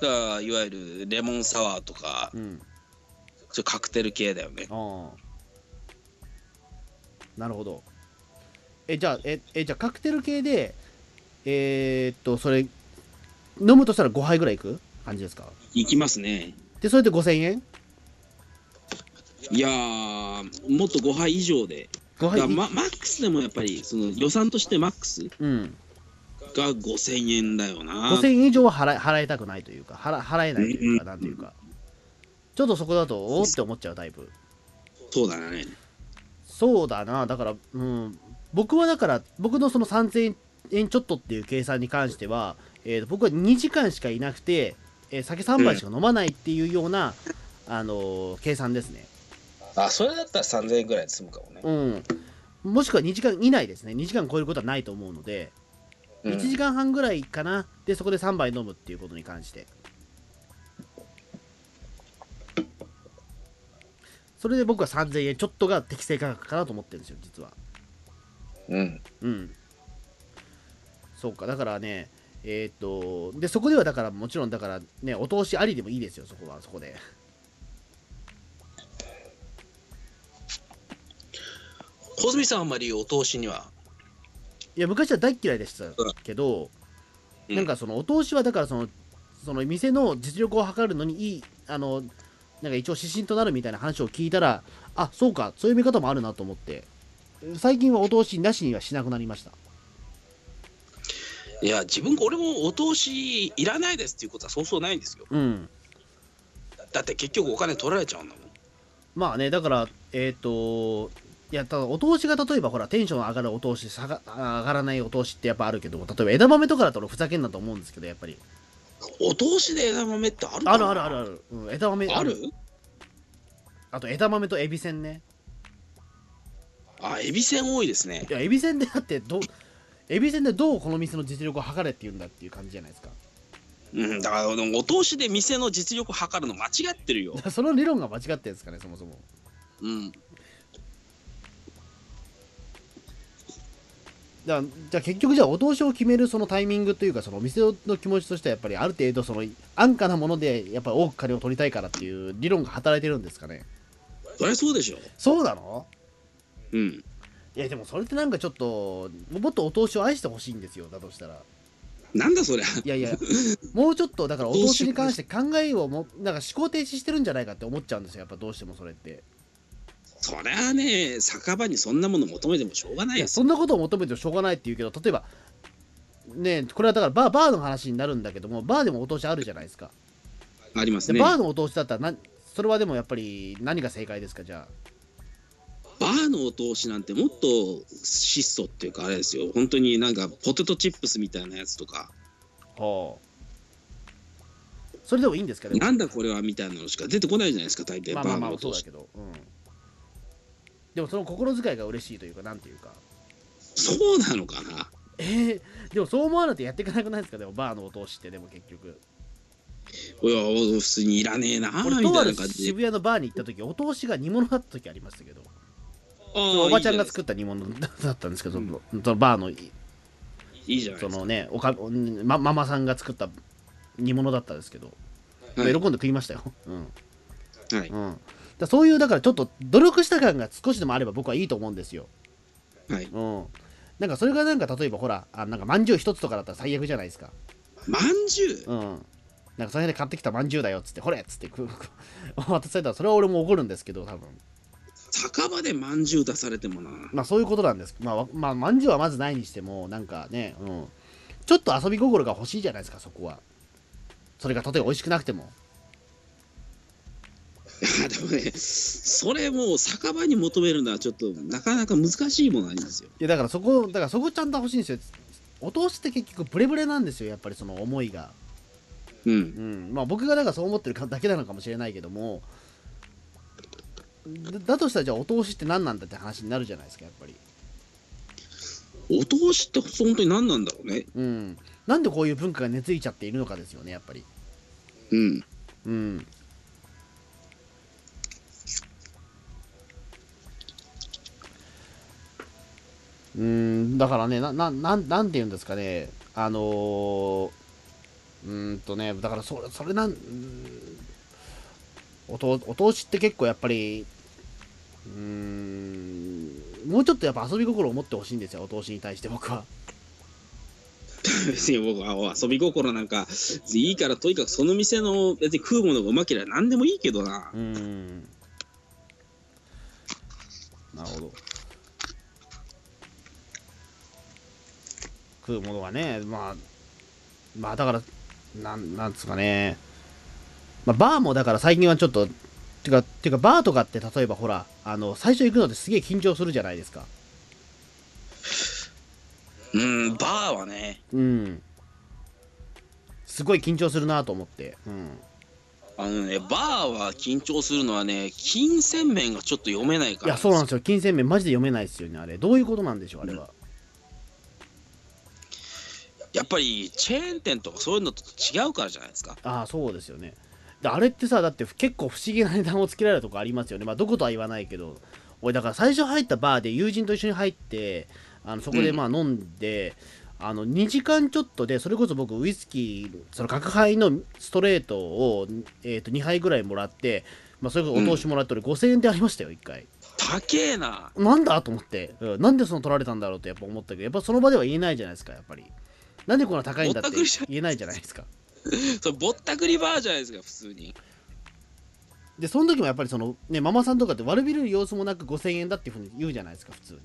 だから、いわゆるレモンサワーとか、うんちょカクテル系だよね。ああなるほどえじゃあええじゃあカクテル系でえーっとそれ飲むとしたら5杯ぐらいいく感じですかいきますね。でそれで5000円いやー、もっと5杯以上で。 5だか杯らいママックスでもやっぱり、その予算としてマックスうん、が5000円だよな。 5000円以上は払え払いたくないというか払払えないというかうんなんというかちょっとそこだとおーって思っちゃうタイプそうだね。そうだな、だから、うん、僕はだから、僕のその3000円ちょっとっていう計算に関しては、えーと僕は2時間しかいなくて、えー酒3杯しか飲まないっていうような、あのー計算ですね。あ、それだったら3000円ぐらいで済むかもね。うん。もしくは2時間以内ですね。2時間超えることはないと思うので、うん1時間半ぐらいかな。で、そこで3杯飲むっていうことに関して。それで僕は3000円ちょっとが適正価格かなと思ってるんですよ、実は。うん。うん。そうか、だからね、えーっと、で、そこではだから、もちろんだからね、お通しありでもいいですよ、そこは、そこで。小泉さんはあんまりお通しには。いや、昔は大っ嫌いでしたけど、うんなんかそのお通しは、だからその、その店の実力を測るのにいい、あの、なんか一応指針となるみたいな話を聞いたら、あ、そうか、そういう見方もあるなと思って、最近はお通しなしにはしなくなりました。いや、自分、俺もお通しいらないですっていうことはそうそうないんですよ。うん。だって結局お金取られちゃうんだもん。まあね、だから、えっ、と、いや、ただお通しが例えばほら、テンション上がるお通し、下が上がらないお通しってやっぱあるけども、例えば枝豆とかだとふざけんなと思うんですけど、やっぱり。お通しで枝豆ってあるかあるなあるあるある。うん、枝豆あるあと枝豆とエビせんね。あ、エビせん多いですねい。や、エビせんでだってどう、エビせんでどうこの店の実力を測れって言うんだっていう感じじゃないですか。うん、だからでもお通しで店の実力測るの間違ってるよ。その理論が間違ってるんですかね、そもそも。うん。だじゃあ結局じゃあお通しを決めるそのタイミングというかそのお店の気持ちとしてはやっぱりある程度その安価なものでやっぱり多く金を取りたいからっていう理論が働いてるんですかねそりゃそうでしょ。そうなのうん。いやでもそれってなんかちょっともっとお通しを愛してほしいんですよだとしたらなんだそりゃ。いや いやもうちょっとだからお通しに関して考えをもなんか思考停止してるんじゃないかって思っちゃうんですよやっぱどうしてもそれってそりゃね、酒場にそんなもの求めてもしょうがないいやよ。そんなことを求めてもしょうがないって言うけど例えばねこれはだからバーバーの話になるんだけどもバーでもお通しあるじゃないですかありますで、ね。ババーのお通しだったらなそれはでもやっぱり何が正解ですかじゃーのお通しなんてもっと質素っていうかあれですよ。本当になんかポテトチップスみたいなやつとか、あ、それでもいいんですかねなんだこれはみたいなのしか出てこないじゃないですか、大抵まあまバあーまのあおそう通だし。けど、うん、でもその心遣いが嬉しいというかなんていうかそうなのかな。えー、でもそう思わないとやっていかなくないですかでもバーのお通しってでも結局いや、普通にいらねえなみ俺たいとあなる感じで。渋谷のバーに行った時お通しが煮物だった時ありましたけどああおばちゃんがい作った煮物だったんですけど、そのバーのいじゃないそですか。のねおかまママさんが作った煮物だったんですけど、はい喜んで食いましたよ、うん、はいうん、だからそういうだからちょっと努力した感が少しでもあれば僕はいいと思うんですよ。はい。うん、なんかそれがなんか例えばほらあなんかまんじゅう一つとかだったら最悪じゃないですか。まんじゅううん、なんかその辺で買ってきたまんじゅうだよっつってほれっつってく 渡されたらそれは俺も怒るんですけど多分酒場でまんじゅう出されてもな。 まあそういうことなんですまあわまあまんじゅうはまずないにしてもなんかね、うん、ちょっと遊び心が欲しいじゃないですかそこは。それが例えば美味しくなくても。いやでもね、それもう酒場に求めるのはちょっとなかなか難しいものなんですよ。いやだからそこだからそこちゃんと欲しいんですよお通しって結局ブレブレなんですよやっぱりその思いがうん。うんまあ僕がだからそう思ってるかだけなのかもしれないけどもだだとしたらじゃあお通しって何なんだって話になるじゃないですかやっぱりお通しって本当に何なんだろうね。うんなんでこういう文化が根付いちゃっているのかですよねやっぱりうん。うんうんだからねなななんなんて言うんですかねあのー、うーんとねだからそれそれなんうーんおとお通しって結構やっぱりうーんもうちょっとやっぱ遊び心を持ってほしいんですよお通しに対して僕は別に僕は遊び心なんかいいからとにかくその店の別に食うものがうまければ何でもいいけどな。うんなるほど食うものがねまあまあだからなんなんですかねまあバーもだから最近はちょっとてかてかバーとかって例えばほらあの最初行くのってすげえ緊張するじゃないですかうん、バーはね、うんすごい緊張するなと思ってうんあのね、バーは緊張するのはね、金銭面がちょっと読めないかいら。やそうなんですよ金銭面マジで読めないですよねあれどういうことなんでしょうあれは、やっぱりチェーン店とかそういうのと違うからじゃないですか。ああそうですよねであれってさだって結構不思議な値段をつけられるとこありますよねまあどことは言わないけど俺だから最初入ったバーで友人と一緒に入ってあのそこでまあ飲んで、あの2時間ちょっとでそれこそ僕ウイスキーその角杯のストレートを、えー、と2杯ぐらいもらって、まあ、それこそお通しもらって俺5000円でありましたよ1回高えな。なんだと思って、うん、なんでその取られたんだろうってやっぱ思ったけどやっぱその場では言えないじゃないですかやっぱりなんでこんな高いんだってぼったくりじゃん言えないじゃないですかそれぼったくりバーじゃないですか、普通に。でその時もやっぱりそのねママさんとかって悪びれる様子もなく5000円だっていうふうに言うじゃないですか普通に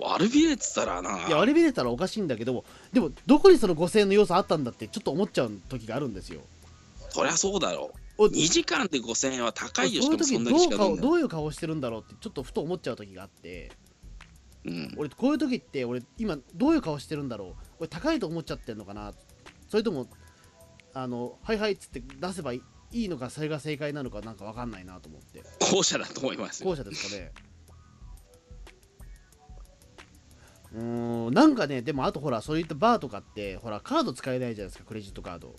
悪びれてたらないや悪びれたらおかしいんだけどもでもどこにその5000円の要素あったんだってちょっと思っちゃう時があるんですよそりゃそうだろうお2時間で5000円は高いよしそういかう時もそんだけしどうか飲顔んでどういう顔してるんだろうってちょっとふと思っちゃう時があってうん俺こういう時って俺今どういう顔してるんだろう俺高いと思っちゃってるのかなそれともあのはいはいっつって出せばいいのかそれが正解なのかなんか分かんないなと思って後者だと思いますよ後者ですかねうーんなんかねでもあとほらそういったバーとかってほらカード使えないじゃないですかクレジットカード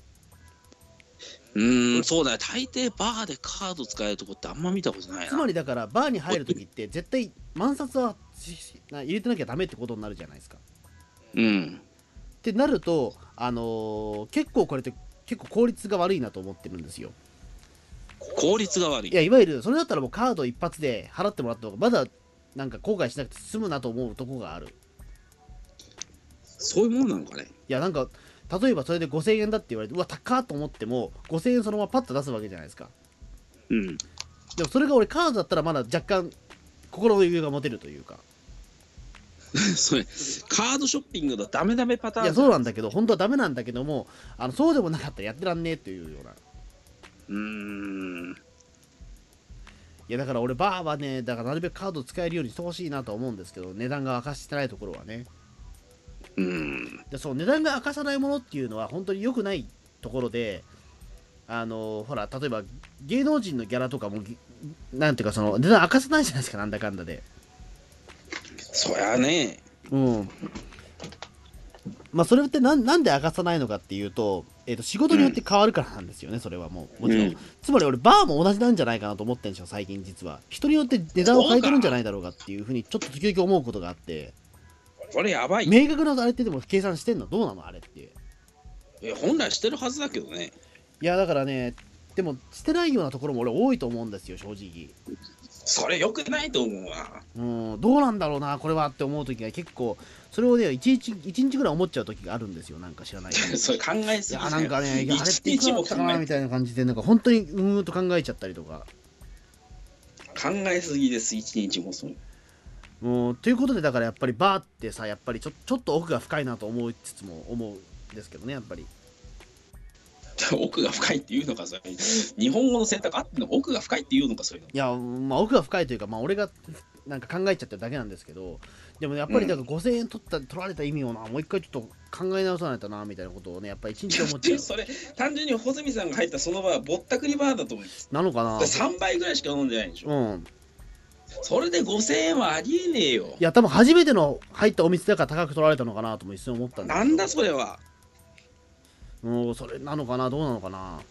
うーんそうだね大抵バーでカード使えるとこってあんま見たことないつなまりだからバーに入るときって絶対満札はししな入れてなきゃダメってことになるじゃないですかうんってなるとあのー結構これって結構効率が悪いなと思ってるんですよ効率が悪いいやいわゆるそれだったらもうカード一発で払ってもらった方がまだなんか後悔しなくて済むなと思うとこがあるそういうもんなのかいねやなんか例えばそれで5000円だって言われてうわ高っと思っても5000円そのままパッと出すわけじゃないですかうん でもそれが俺カードだったらまだ若干心の余裕が持てるというかそれカードショッピングのダメダメパターンいやそうなんだけど本当はダメなんだけどもあのそうでもなかったらやってらんねえというようなうーんいやだから俺バーはねだからなるべくカード使えるようにしてほしいなとは思うんですけど値段が明かしてないところはねうんでそう値段が明かさないものっていうのは本当に良くないところであのほら例えば芸能人のギャラとかもぎなんていうかその値段明かさないじゃないですかなんだかんだでそりゃねうんまあそれってなんなんで明かさないのかっていうと,、えー、と仕事によって変わるからなんですよね、それはもうもちろん、うんつまり俺バーも同じなんじゃないかなと思ってるんですよ最近実は人によって値段を変えてるんじゃないだろうかっていうふうにちょっと時々思うことがあってこれやばい明確なあれってでも計算してんのどうなのあれっていうえ本来してるはずだけどねいやだからねでもしてないようなところも俺多いと思うんですよ正直それ良くないと思うなうんどうなんだろうなこれはって思う時が結構それをね一日一日ぐらい思っちゃう時があるんですよなんか知らないけど それ考えいすぎやだよなんかねいやあれっ一ていく日らだもった考かなえみたいな感じでなんか本当にうーんと考えちゃったりとか考えすぎです一日もそのもうということでだからやっぱりバーってさやっぱりちょちょっと奥が深いなと思いつつも思うんですけどねやっぱり 奥が深いっていうのか、それ。日本語の選択あってんのか、奥が深いっていうのか、そういうの。いや、まあ、奥が深いというか、まあ、俺がなんか考えちゃってるだけなんですけど、でもね、やっぱりだから5000円取った取られた意味をな、もう一回ちょっと考え直さないとな、みたいなことをね、やっぱり一日思っでちゃ それ、単純に穂積さんが入ったその場はぼったくりバーだと思うんです。う。なのかな3倍ぐらいしか飲んでないんでしょ。うん。それで5000円はありえねえよい。や、多分初めての入ったお店だから高く取られたのかなとも一瞬思ったんだけなどんだそれは。もうそれなのかなどうなのかな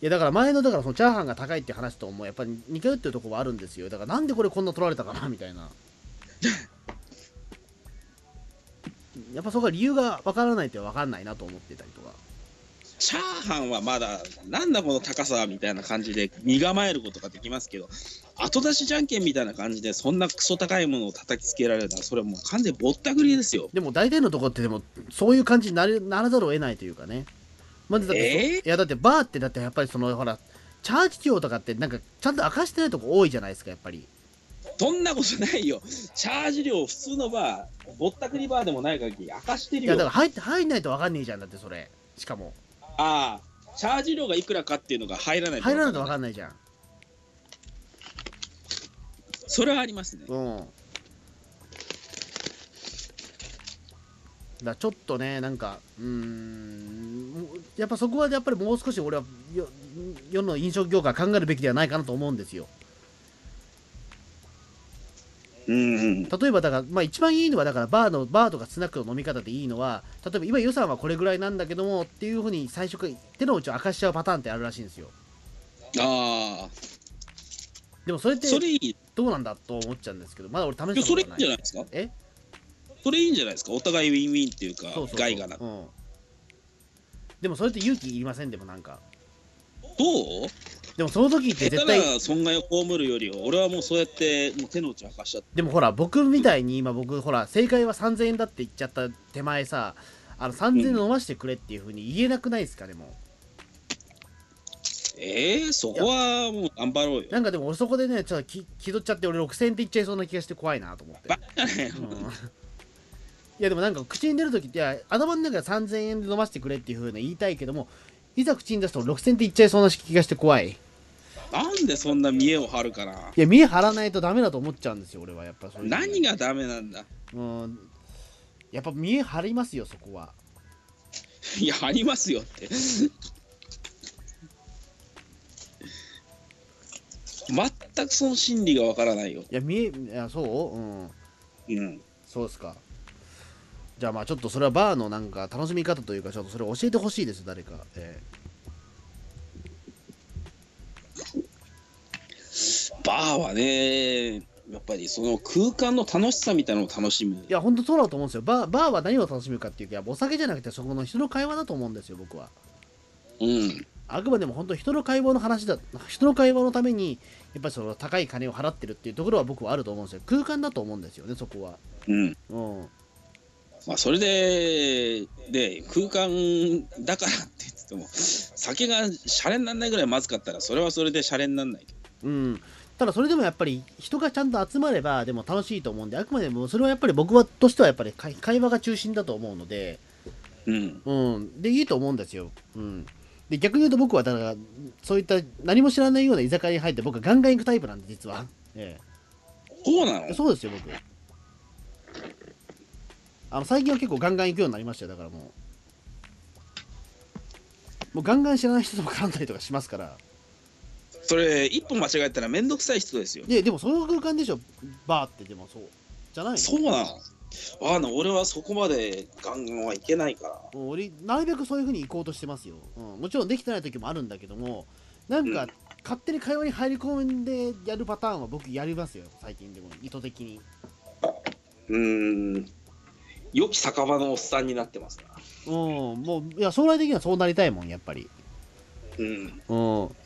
いやだから前のだからそのチャーハンが高いって話ともやっぱり似通ってるところはあるんですよだからなんでこれこんな取られたかなみたいな やっぱそこは理由がわからないってわかんないなと思ってたりとかチャーハンはまだ、なんだこの高さみたいな感じで身構えることができますけど、後出しじゃんけんみたいな感じで、そんなクソ高いものを叩きつけられたら、それはもう完全にぼったくりですよ。でも大体のとこってでもそういう感じになれならざるを得ないというかねまずだってそ、いえやだってバーってだってやっぱりそのほらチャージ料とかってなんかちゃんと明かしてないとこ多いじゃないですかやっぱりそんなことないよ。チャージ料、普通のバー、ぼったくりバーでもない限り、明かしているやだからよ。入って入んないとわかんねえじゃんだってそれしかもああ、チャージ料がいくらかっていうのが入らない。入らないと分かんないじゃん。それはありますね。うん。だからちょっとね、なんか、うーん、やっぱそこはやっぱりもう少し俺はよ世の飲食業界考えるべきではないかなと思うんですよ。うんうん。例えばだから、まあ、一番いいのはだからバーのバーとかスナックの飲み方でいいのは例えば今予算はこれぐらいなんだけどもっていうふうに最初から手の内を明かしちゃうパターンってあるらしいんですよああ、でもそれってそれいい。どうなんだと思っちゃうんですけどまだ俺試いやしたそこれいとがいんなじゃいないですかえそれいいんじゃないですかお互いウィンウィンっていうか、そうそうそう害がなく。うん、でもそれって勇気いりませんでもなんかどうでもその時って下手絶対な損害を被るより俺はもうそうやってもう手の内を明かしちゃってでもほら僕みたいに今僕ほら正解は3000円だって言っちゃった手前さあの3000円飲ましてくれっていうふうに言えなくないですかでもえー、そこはもう頑張ろうよなんかでも俺そこでねちょっとき気取っちゃって俺6000円って言っちゃいそうな気がして怖いなと思って、バカだようんいやでもなんか口に出る時っていや頭の中で3000円で飲ましてくれっていうふうに言いたいけどもいざ口に出すと6000円って言っちゃいそうな気がして怖いなんでそんな見栄を張るかないや見え張らないとダメだと思っちゃうんですよ俺はやっぱそういうの何がダメなんだうんやっぱ見え張りますよそこはいやありますよって 全くその心理がわからないよ、いや見えいやそううんうん、そうですかじゃあまあちょっとそれはバーのなんか楽しみ方というかちょっとそれを教えてほしいです誰か、えバーはねやっぱりその空間の楽しさみたいなのを楽しむえいやほんとそうだと思うんですよバーバーは何を楽しむかっていうかやっぱお酒じゃなくてそこの人の会話だと思うんですよ僕はうんあくまでも本当人の会話の話だ人の会話のためにやっぱりその高い金を払ってるっていうところは僕はあると思うんですよ空間だと思うんですよねそこはうんうんまあ、それで、で、空間だからって言ってても、酒がシャレにならないぐらいまずかったら、それはそれでシャレにならない。うん、ただそれでもやっぱり人がちゃんと集まればでも楽しいと思うんであくまでもそれはやっぱり僕はとしてはやっぱり会会話が中心だと思うので、うん。うん、でいいと思うんですよ、うん、で逆に言うと僕はだからそういった何も知らないような居酒屋に入って僕はガンガン行くタイプなんで実は、えそうなのえ、そうですよ僕あの最近は結構ガンガン行くようになりましたよだからもうもうガンガン知らない人とも絡んだりとかしますからそれ、一歩間違えたらめんどくさい人ですよ。ででもその空間でしょバーってでもそうじゃないのそうなのあの、俺はそこまでガンガンはいけないから。もう俺なるべくそういう風に行こうとしてますよ、うん、もちろんできてない時もあるんだけどもなんかうん勝手に会話に入り込んでやるパターンは僕やりますよ最近でも意図的にうーん。良き酒場のおっさんになってますうな。んもういや将来的にはそうなりたいもんやっぱりうん。うん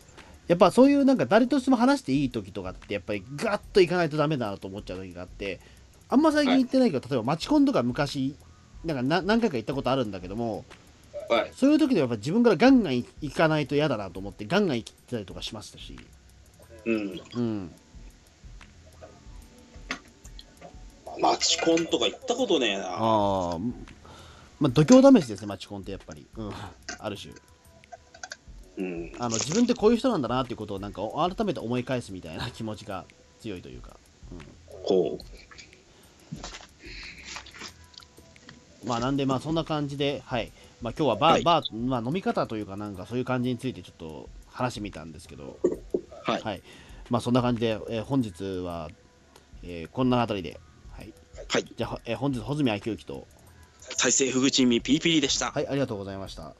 やっぱそういうなんか誰としても話していい時とかってやっぱりガッと行かないとダメだなと思っちゃう時があってあんま最近行ってないけど、例えばマチコンとか昔なんかな何回か行ったことあるんだけどもはい。そういう時ではやっぱ自分からガンガン行かないと嫌だなと思ってガンガン行ったりとかしましたしうん。うんマチコンとか行ったことねえな。ああまあ、度胸試しですね、マチコンってやっぱり。うん、ある種。うん、あの自分ってこういう人なんだなっていうことをなんか改めて思い返すみたいな気持ちが強いというか、こまあなんでまあそんな感じで、はい、まあ今日はバー、はいバー、まあ飲み方というかなんかそういう感じについてちょっと話してみたんですけど、はいまあそんな感じで、えー本日は、えーこんなあたりで、はい、う、はい、じゃあ、えー本日、穂積明之と、再生フグチンミピリピリでした。はい、ありがとうございました。